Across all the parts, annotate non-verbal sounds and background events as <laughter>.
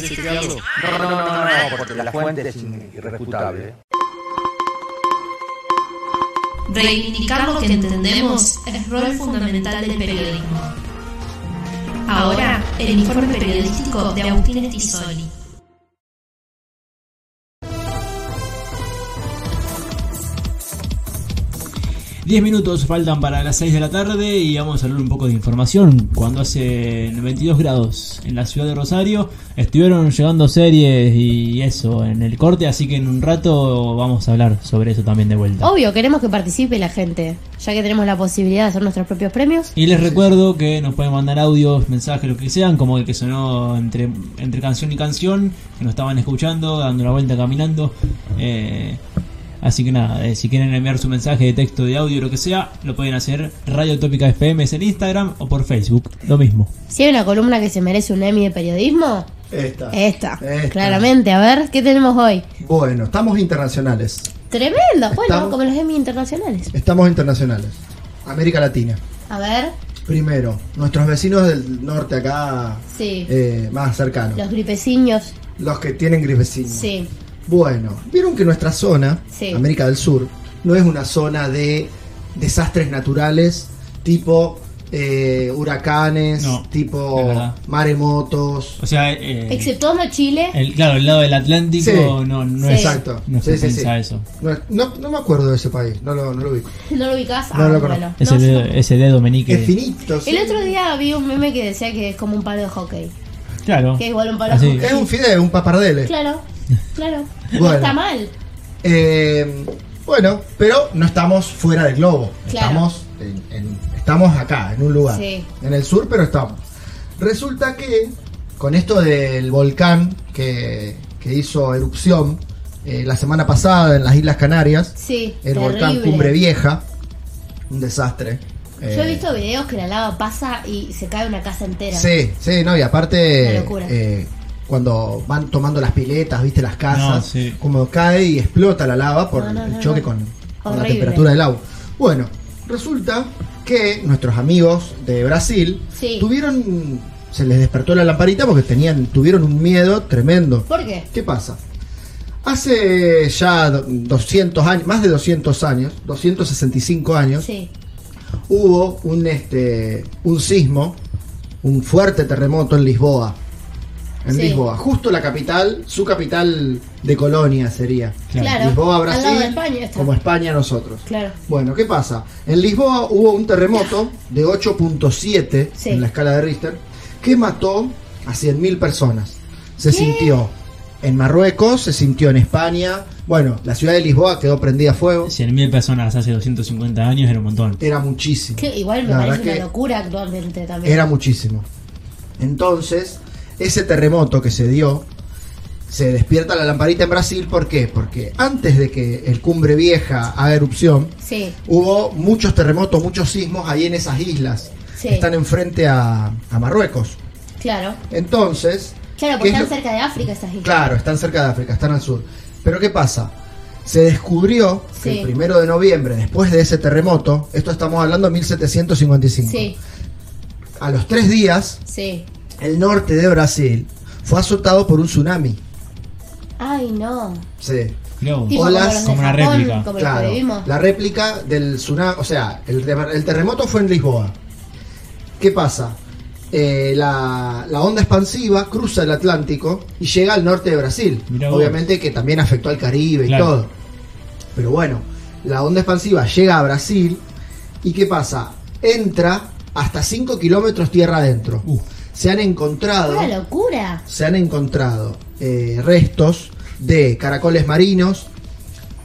chequearlo. No, no, no, no, no, porque la fuente es irrefutable. Reivindicar lo que entendemos es rol fundamental del periodismo. Ahora, el informe periodístico de Agustín Estisoli. Diez minutos faltan para las 6 de la tarde y vamos a hablar un poco de información. Cuando hace 22 grados en la ciudad de Rosario, estuvieron llegando series y eso en el corte, así que en un rato vamos a hablar sobre eso también de vuelta. Obvio, queremos que participe la gente, ya que tenemos la posibilidad de hacer nuestros propios premios. Y les recuerdo que nos pueden mandar audios, mensajes, lo que sean, como el que sonó entre, entre canción y canción, que nos estaban escuchando, dando la vuelta, caminando. Eh, así que nada, eh, si quieren enviar su mensaje de texto, de audio, lo que sea, lo pueden hacer. Radio Tópica FM es en Instagram o por Facebook, lo mismo. Si hay una columna que se merece un Emmy de periodismo, Esta. esta. Esta. Claramente, a ver, ¿qué tenemos hoy? Bueno, estamos internacionales. Tremendo, bueno, Estamos- como los Emmy internacionales. Estamos internacionales. América Latina. A ver, Primero, nuestros vecinos del norte acá sí, eh, más cercanos. los gripeciños, Los que tienen grifecinos. sí. Bueno, vieron que nuestra zona, Sí. América del Sur, no es una zona de desastres naturales tipo eh, huracanes, No, es tipo verdad. maremotos. O sea, eh, Exceptuando Chile, el, claro, el lado del Atlántico Sí. no, no Sí. es, Exacto. no se Sí, sí, piensa sí. eso. No, no- no me acuerdo de ese país, no lo, no lo ubico. no lo ubicás. No Ah, lo bueno. conozco. Es No, el dedo, yo- es el dedo meñique. Es finito. sí. El otro día vi un meme que decía que es como un palo de hockey. Claro. Que es igual un palo Así. de hockey. Es un fideo, un papardele. <laughs> Claro, claro. No Bueno. está mal. Eh, bueno, pero no estamos fuera del globo. Claro. Estamos, en- en- estamos acá, en un lugar. Sí. En el sur, pero estamos. Resulta que con esto del volcán que, que hizo erupción eh, la semana pasada en las Islas Canarias, Sí, el terrible. volcán Cumbre Vieja, un desastre. Yo he Eh, visto videos que la lava pasa y se cae una casa entera. Sí, sí, no, y Una aparte, locura. eh, cuando van tomando las piletas, viste las casas, No, sí. como cae y explota la lava por No, no, el no, choque no. con, con la Horrible. temperatura del agua. Bueno, resulta que nuestros amigos de Brasil Sí. tuvieron, se les despertó la lamparita porque tenían, tuvieron un miedo tremendo. ¿Por qué? ¿Qué pasa? Hace ya do- 200 años, más de 200 años, 265 años, Sí. hubo un este un sismo, un fuerte terremoto en Lisboa. En Sí. Lisboa, justo la capital, su capital de colonia sería. Claro. Claro. Lisboa, Al lado Brasil, de España está. como España nosotros. Claro. Bueno, ¿qué pasa? En Lisboa hubo un terremoto de 8.7 Sí. en la escala de Richter que mató a 100.000 personas. Se sintió en Marruecos, se sintió en España. Bueno, la ciudad de Lisboa quedó prendida a fuego. 100.000 personas hace 250 años era un montón. Era muchísimo. Que igual me La verdad parece una que- locura actualmente también. Era muchísimo. Entonces, ese terremoto que se dio, se despierta la lamparita en Brasil. ¿Por qué? Porque antes de que el Cumbre Vieja haga erupción, Sí. hubo muchos terremotos, muchos sismos ahí en esas islas. Sí. que Están enfrente a, a Marruecos. Claro. Entonces, Claro, porque ¿qué es están lo- cerca de África esas islas. Claro, están cerca de África, están al sur. Pero ¿qué pasa? Se descubrió Sí. que el primero de noviembre, después de ese terremoto, esto estamos hablando de 1755, Sí, a los tres días sí. el norte de Brasil fue azotado por un tsunami. Ay, no. Sí, Creo. Tipo como, Olas- los de Como una Japón, réplica. Como los claro. que vivimos. La réplica del tsunami, o sea, el, de- el terremoto fue en Lisboa. ¿Qué pasa? Eh, la, la onda expansiva cruza el Atlántico y llega al norte de Brasil. Mirá vos. Obviamente que también afectó al Caribe Claro. y todo. Pero bueno, la onda expansiva llega a Brasil y ¿qué pasa? Entra hasta 5 kilómetros tierra adentro. Uh. Se han encontrado Una locura. se han encontrado eh, restos de caracoles marinos,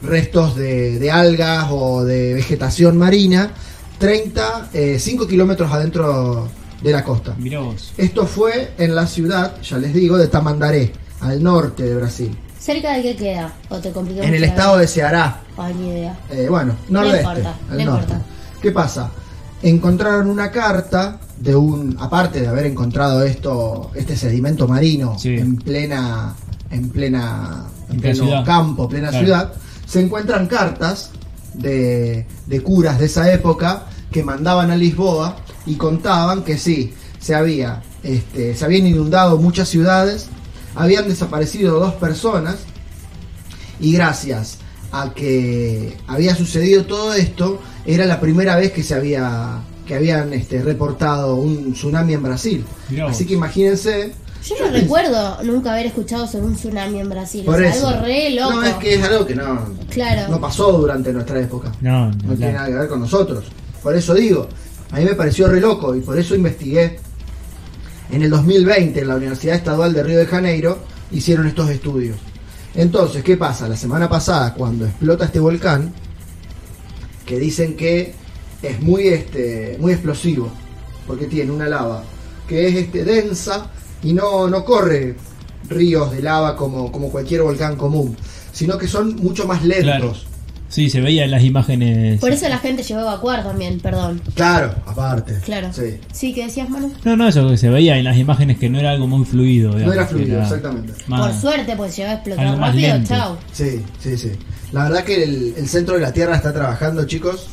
restos de, de algas o de vegetación marina, 30, 5 kilómetros adentro de la costa. Mirá vos. Esto fue en la ciudad, ya les digo, de Tamandaré, al norte de Brasil, ¿Cerca de qué queda? ¿O te complicó en el estado de Ceará, Ay, ni idea. eh, bueno, No nordeste, importa, al no norte. importa. ¿Qué pasa? Encontraron una carta de un, aparte de haber encontrado esto, este sedimento marino Sí. en plena, en plena, en En plena pleno ciudad. campo, plena Claro. ciudad, se encuentran cartas de, de curas de esa época que mandaban a Lisboa y contaban que sí, se había, este, se habían inundado muchas ciudades, habían desaparecido dos personas y gracias a que había sucedido todo esto, era la primera vez que se había que habían este, reportado un tsunami en Brasil. Mirá vos. Así que imagínense Yo no recuerdo nunca haber escuchado sobre un tsunami en Brasil. por o sea, eso. algo re loco. No es que es algo que no, Claro. no pasó durante nuestra época. No, no, No tiene claro. nada que ver con nosotros. Por eso digo, a mí me pareció re loco y por eso investigué. En el 2020, en la Universidad Estadual de Río de Janeiro, hicieron estos estudios. Entonces, ¿qué pasa? La semana pasada, cuando explota este volcán, que dicen que es muy, este, muy explosivo, porque tiene una lava que es este, densa y no, no corre ríos de lava como, como cualquier volcán común, sino que son mucho más lentos. Claro. Sí, se veían las imágenes. Por eso la gente llegó a evacuar también, perdón. Claro, aparte. Claro. Sí. que decías, Manu. No, no, eso que se veía en las imágenes que no era algo muy fluido. No digamos, era que fluido, exactamente. más- Por suerte, pues llegó a Algo explotar más rápido, lento. chao. Sí, sí, sí. La verdad que el, el centro de la Tierra está trabajando, chicos.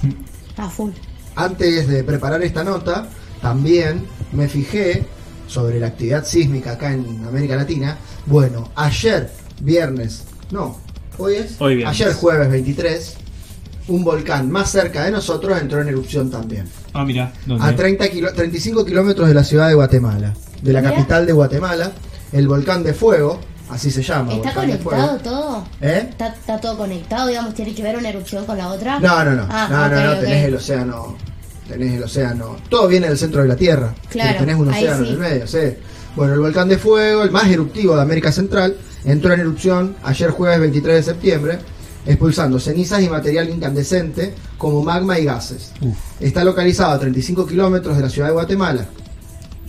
A full. Antes de preparar esta nota, también me fijé sobre la actividad sísmica acá en América Latina. Bueno, ayer, viernes, no, hoy es, Hoy viernes. ayer jueves 23, un volcán más cerca de nosotros entró en erupción también. Ah, mira, ¿dónde? A 30 kilo- 35 kilómetros de la ciudad de Guatemala, de la Mirá. capital de Guatemala, el volcán de fuego, así se llama. ¿Está volcán de conectado fuego. todo? ¿Eh? ¿Está, está todo conectado? Digamos, tiene que ver una erupción con la otra. No, no, no. Ah, no, ok, no, no. ok. Tenés el océano. Tenés el océano. Todo viene del centro de la Tierra. Claro, pero tenés un ahí océano sí. en el medio, sí. Bueno, el volcán de fuego, el más eruptivo de América Central, entró en erupción ayer jueves 23 de septiembre, expulsando cenizas y material incandescente como magma y gases. Uf. Está localizado a 35 kilómetros de la ciudad de Guatemala.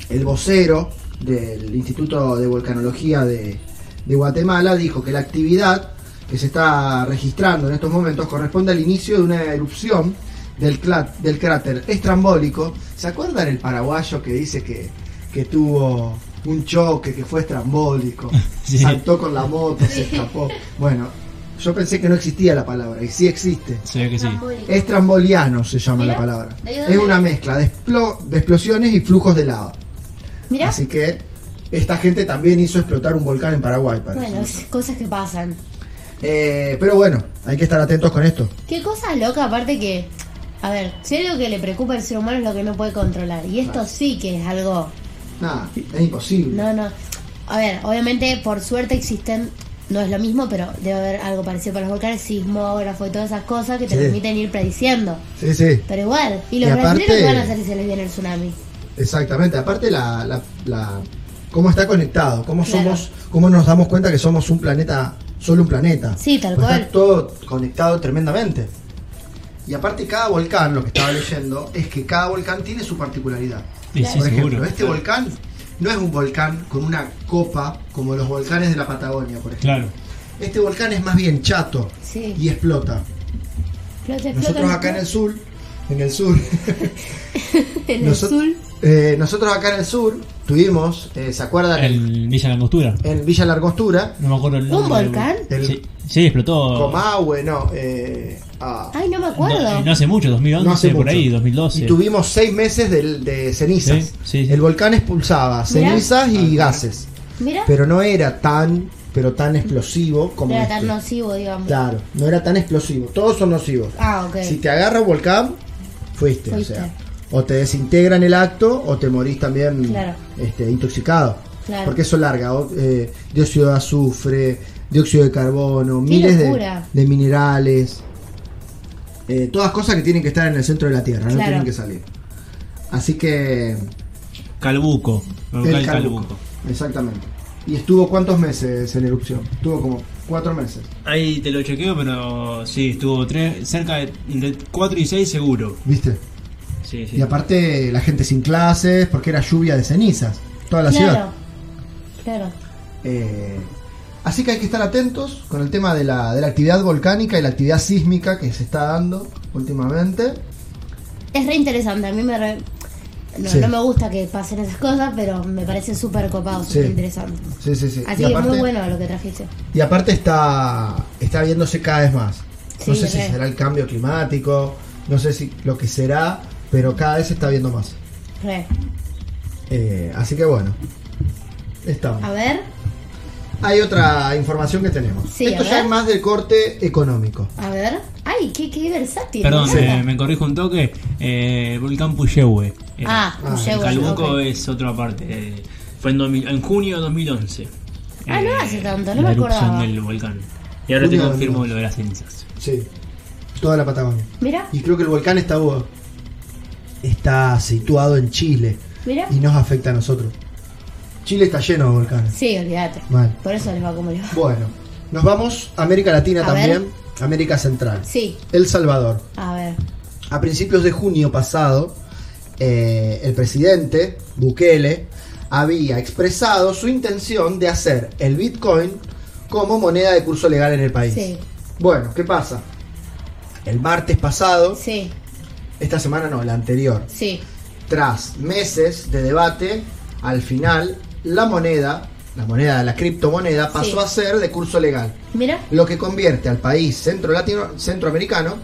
El vocero del Instituto de Volcanología de, de Guatemala dijo que la actividad que se está registrando en estos momentos corresponde al inicio de una erupción del, cla- del cráter estrambólico. ¿Se acuerdan el paraguayo que dice que, que tuvo un choque, que fue estrambólico? Sí. Saltó con la moto, se escapó. Bueno, yo pensé que no existía la palabra, y sí existe. Se ve que sí. Trambólico. Estramboliano se llama Mira, la palabra. ¿de dónde? Es una mezcla de, explo- de explosiones y flujos de lava. Mirá. Así que esta gente también hizo explotar un volcán en Paraguay. parece. Bueno, cosas que pasan. Eh, pero bueno, hay que estar atentos con esto. Qué cosa loca, aparte que. A ver, si hay algo que le preocupa al ser humano es lo que no puede controlar. Y esto sí que es algo. Nada, es imposible. No, no. A ver, obviamente, por suerte existen. No es lo mismo, pero debe haber algo parecido para los volcanes, sismógrafo y todas esas cosas que te Sí. permiten ir prediciendo. Sí, sí, Pero igual, ¿y los Y aparte- brasileños qué van a hacer si se les viene el tsunami? exactamente. Aparte la, la- la- cómo está conectado, cómo Claro. somos, cómo nos damos cuenta que somos un planeta, solo un planeta. Sí, tal Pues cual. Está todo conectado tremendamente. Y aparte cada volcán, lo que estaba leyendo, es que cada volcán tiene su particularidad. Sí, sí, Por ejemplo, seguro. este volcán no es un volcán con una copa como los volcanes de la Patagonia, por ejemplo. Claro. Este volcán es más bien chato Sí. y explota. Flota, flota, Nosotros acá en el sur, en el sur, <laughs> en el noso- sur. eh, nosotros acá en el sur tuvimos, eh, ¿se acuerdan? En Villa Langostura. En Villa Largostura, No me acuerdo el ¿Un nombre. del- volcán? El- Sí, sí, explotó. Comahue, no, eh, ah, Ay, no me No, acuerdo. eh, no hace mucho, 2011, no hace por mucho. ahí, 2012. Y tuvimos seis meses de, de cenizas. Sí, sí, Ah, sí. El volcán expulsaba cenizas y gases, Mira, pero no era tan, pero tan explosivo como era este. tan nocivo, digamos. Claro, no era tan explosivo. Todos son nocivos. Ah, ok. Si te agarra un volcán, fuiste, Fuiste. O sea, o te desintegra en el acto o te morís también Claro. este, intoxicado. Claro. Porque eso larga. o- eh, dióxido de azufre, dióxido de carbono, Qué miles de, locura. de minerales. Eh, todas cosas que tienen que estar en el centro de la Tierra, no Claro. tienen que salir. Así que... Calbuco. El el volcán Calbuco. Calbuco. Exactamente. ¿Y estuvo cuántos meses en erupción? Estuvo como cuatro meses. Ahí te lo chequeo, pero sí, estuvo tres, cerca de, 4 y 6 seguro. ¿Viste? Sí, Y sí. aparte la gente sin clases, porque era lluvia de cenizas, toda la ciudad. claro. Claro. Eh, así que hay que estar atentos con el tema de la, de la actividad volcánica y la actividad sísmica que se está dando últimamente. Es re interesante, a mí me re- No, Sí. no me gusta que pasen esas cosas, pero me parece súper copado, súper Sí. interesante. Sí, sí, sí. Así y, que aparte, muy bueno lo que trajiste. y aparte está, está viéndose cada vez más. No Sí, sé si re. será el cambio climático, no sé si lo que será, pero cada vez se está viendo más. Re. Eh, así que bueno, estamos. A ver, hay otra información que tenemos. Sí, Esto a ya ver. es más del corte económico. A ver. Ay, qué, qué versátil. Perdón, me encanta. eh, me corrijo un toque. Eh, volcán Puyehue. era. Ah, Ah, Puyehue, Eh, Calbuco ok. es otra parte. eh, fue en, 2000 en junio de 2011. Ah, no hace tanto, no Eh, la me erupción acordaba. del volcán. Y ahora te Junio de confirmo 2011. lo de las cenizas. Sí. Toda la Patagonia. Mira, Y creo que el volcán está, está situado en Chile mira. y nos afecta a nosotros. Chile está lleno de volcanes. Sí, olvídate. Mal. Por eso les va como les va. Bueno, nos vamos a América Latina A también, ver. América Central. Sí, El Salvador. a ver. A principios de junio pasado, eh, el presidente Bukele había expresado su intención de hacer el Bitcoin como moneda de curso legal en el país. Sí. Bueno, ¿qué pasa? El martes pasado, Sí, esta semana no, la anterior, sí. tras meses de debate, al final la moneda, la moneda, la criptomoneda, pasó Sí. a ser de curso legal Mira, lo que convierte al país centro latino- centroamericano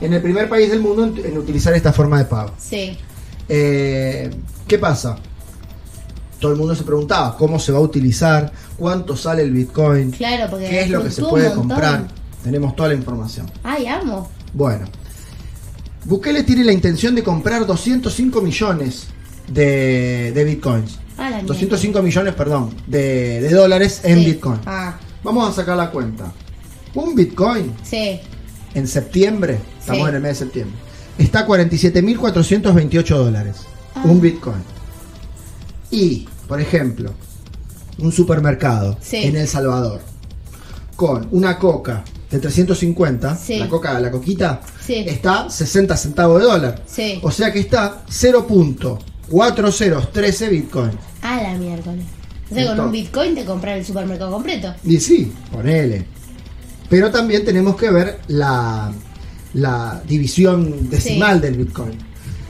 en el primer país del mundo en, en utilizar esta forma de pago. sí. Eh, ¿Qué pasa? Todo el mundo se preguntaba cómo se va a utilizar, cuánto sale el Bitcoin, Claro, porque qué es lo que se fluctúa un puede montón. comprar. Tenemos toda la información. Ay, amo. Bueno, Bukele tiene la intención de comprar 205 millones de, de Bitcoins. A la mierda. 205 millones, perdón, de, de dólares en Sí. Bitcoin. Ah, Vamos a sacar la cuenta. Un Bitcoin sí. en septiembre, estamos Sí. en el mes de septiembre, está a 47.428 dólares. Ah. Un Bitcoin. Y, por ejemplo, un supermercado Sí. en El Salvador con una coca de 350, Sí. la coca, la coquita, Sí. está 60 centavos de dólar. Sí. O sea que está 0.4013 Bitcoin. A la miércoles. O sea, con Entonces- un bitcoin te compras el supermercado completo. Y sí, ponele. Pero también tenemos que ver la, la división decimal del Bitcoin.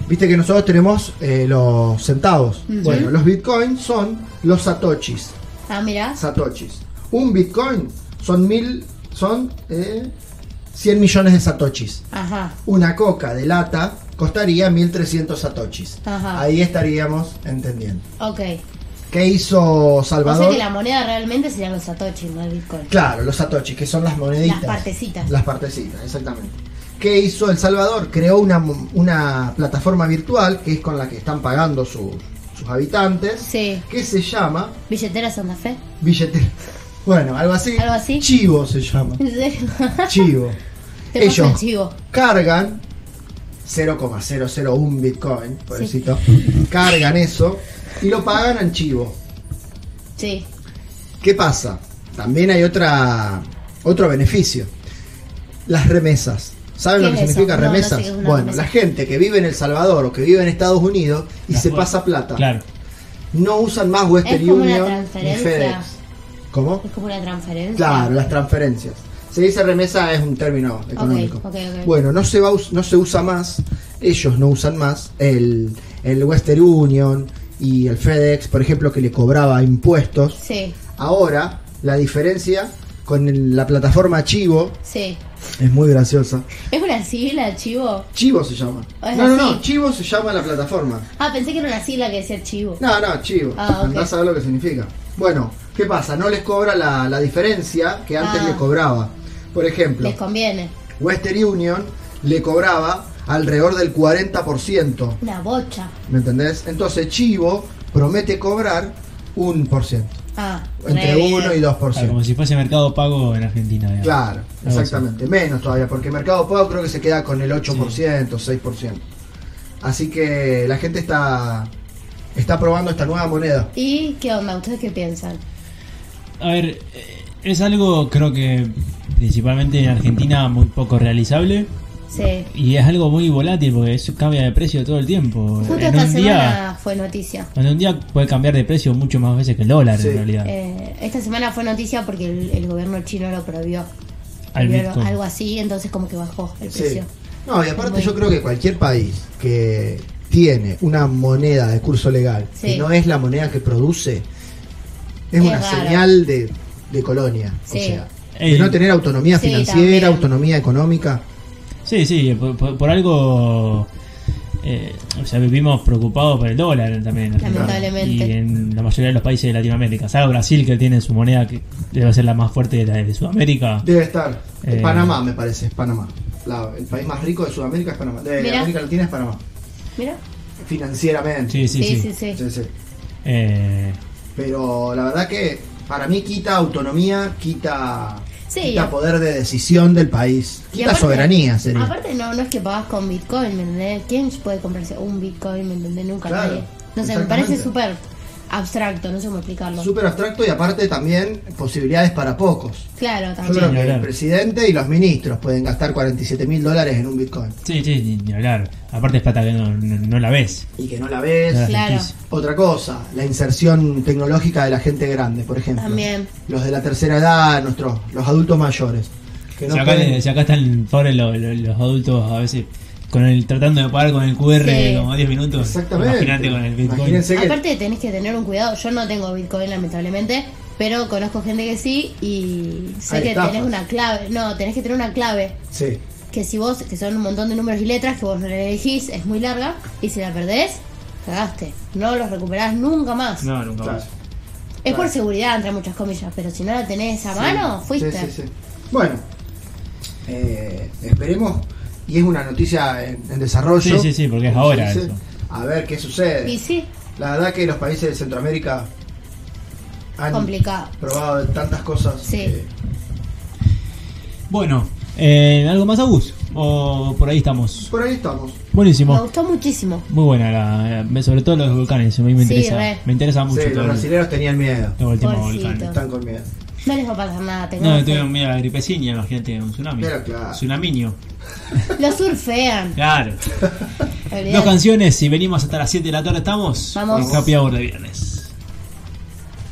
Viste que nosotros tenemos eh, los centavos. Ujú. Bueno, los Bitcoins son los satoshis. Ah, mira. Satoshis. Un Bitcoin son mil, son eh, 100 millones de satoshis. Ajá. Una coca de lata costaría 1300 satoshis. Ajá. Ahí estaríamos entendiendo. Ok. ¿Qué hizo O Salvador? sea que la moneda realmente serían los satoshis, no el bitcoin. Claro, los satoshis, que son las moneditas. Las partecitas. Las partecitas, exactamente. ¿Qué hizo El Salvador? Creó una, mo- una plataforma virtual, que es con la que están pagando su- sus habitantes, Sí. que se llama Billetera Santa Fe. billetera. <laughs> Bueno, algo así. Algo así. Chivo <laughs> se llama. ¿En serio? Chivo. Te paso Ellos. el chivo. Cargan 0,001 Bitcoin, pobrecito. Cargan eso y lo pagan en Chivo. Sí. ¿Qué pasa? También hay otra otro beneficio. Las remesas. ¿Saben ¿Qué lo que es eso? significa No, no sé remesas? qué es una bueno, remesa. la gente que vive en El Salvador o que vive en Estados Unidos y Las se cosas. pasa plata. Claro. No usan más Es Western como una Union ni transferencia. FedEx. ¿Cómo? Es como una transferencia. Claro, las transferencias. Se dice remesa es un término económico. ok, ok. Bueno, no se, va, a us- no se usa más, ellos no usan más el, el Western Union y el FedEx, por ejemplo, que le cobraba impuestos. Sí, Ahora, la diferencia con el- la plataforma Chivo sí. es muy graciosa. ¿Es una sigla, chivo? Chivo se llama. Ah, es No, no, no, así. Chivo se llama la plataforma. Ah, pensé que era una sigla que decía chivo. No, no, Chivo. Ah, ok. Andá a saber lo que significa. Bueno, ¿qué pasa? No les cobra la, la diferencia que antes Ah. le cobraba. Por ejemplo, Les conviene. Western Union le cobraba alrededor del 40%. Una bocha. ¿Me entendés? Entonces Chivo promete cobrar un por ciento. Ah, Entre re bien. 1 y 2%. por Claro, ciento. como si fuese Mercado Pago en Argentina. digamos. Claro, Algo exactamente. Menos todavía, porque Mercado Pago creo que se queda con el 8%, 6%. Así que la gente está, está probando esta nueva moneda. ¿Y qué onda? ¿Ustedes qué piensan? A ver, eh, es algo creo que principalmente en Argentina muy poco realizable. Sí. Y es algo muy volátil porque eso cambia de precio todo el tiempo. Justo en esta un día, semana fue noticia. en un día puede cambiar de precio mucho más veces que el dólar Sí. en realidad. Eh, esta semana fue noticia porque el, el gobierno chino lo prohibió. Al Prohibieron Bitcoin. algo así, entonces como que bajó el Sí. precio. No, y aparte yo creo que cualquier país que tiene una moneda de curso legal Sí. que no es la moneda que produce, es, Es una raro. señal de, de colonia. Sí. O sea, de Ey. no tener autonomía Sí, financiera, también. autonomía económica. Sí, sí, por, por- por algo eh, o sea, vivimos preocupados por el dólar también. en Argentina. Lamentablemente. Y en la mayoría de los países de Latinoamérica. Salvo Brasil, que tiene su moneda que debe ser la más fuerte de la de Sudamérica. Debe estar. En Eh. Panamá, me parece, es Panamá. La- el país más rico de Sudamérica es Panamá. De Mirá. América Latina es Panamá. Mira. Financieramente. Sí, sí, sí. sí, sí. Sí, sí. Eh, Pero la verdad que para mí quita autonomía, quita, Sí, quita y- poder de decisión del país. Y Quita aparte- soberanía, sería. Aparte, no, no es que pagas con Bitcoin, ¿me entendés? ¿Quién puede comprarse un Bitcoin, ¿me entendés? Nunca Claro, nadie. No sé, me parece exactamente. súper abstracto, no sé cómo explicarlo. Súper abstracto y aparte también posibilidades para pocos. claro, Yo creo también. que el claro. presidente y los ministros pueden gastar 47 mil dólares en un Bitcoin. sí, sí, ni- ni hablar. Aparte es plata que no, no- no la ves. Y que no la ves. No la Claro. sentís. Otra cosa, la inserción tecnológica de la gente grande, por ejemplo. También. Los de la tercera edad, nuestros, los adultos mayores. Que no si, acá, pueden- si acá están pobres los, los- los adultos a veces con el tratando de pagar con el QR Sí. como 10 minutos. Exactamente. Imagínate con el Bitcoin. Imagínense que- Aparte, tenés que tener un cuidado. Yo no tengo Bitcoin, lamentablemente, pero conozco gente que sí y sé Hay que estafas. tenés una clave. No, tenés que tener una clave. Sí. Que si vos, que son un montón de números y letras que vos no le elegís, es muy larga. Y si la perdés, cagaste. No los recuperás nunca más. No, nunca Claro. más. Es por seguridad, entre muchas comillas, pero si no la tenés a mano, fuiste. Sí, sí, sí. Bueno, eh, esperemos. Y es una noticia en, en desarrollo. Sí, sí, sí, porque es como se ahora dice. eso. A ver qué sucede. Y sí, La verdad que los países de Centroamérica han complicado. probado de tantas cosas. Sí. eh, Bueno, eh, ¿algo más, Agus? O por ahí estamos. por ahí estamos. Me Buenísimo. gustó muchísimo. Muy buena, la, la- sobre todo los volcanes. A mí me Sí, interesa, re. me interesa mucho Sí, todo los el- brasileños tenían miedo. todo el tema Pobrecito. volcán. Están con miedo. No les va a pasar nada, No, tengan fe. tuvieron miedo a la gripecinha, imagínate, un tsunami. Pero claro. Tsunamiño, Lo surfean. claro. olvidate. Dos canciones y venimos hasta las 7 de la tarde, ¿estamos? Vamos. En Happy Hour de viernes.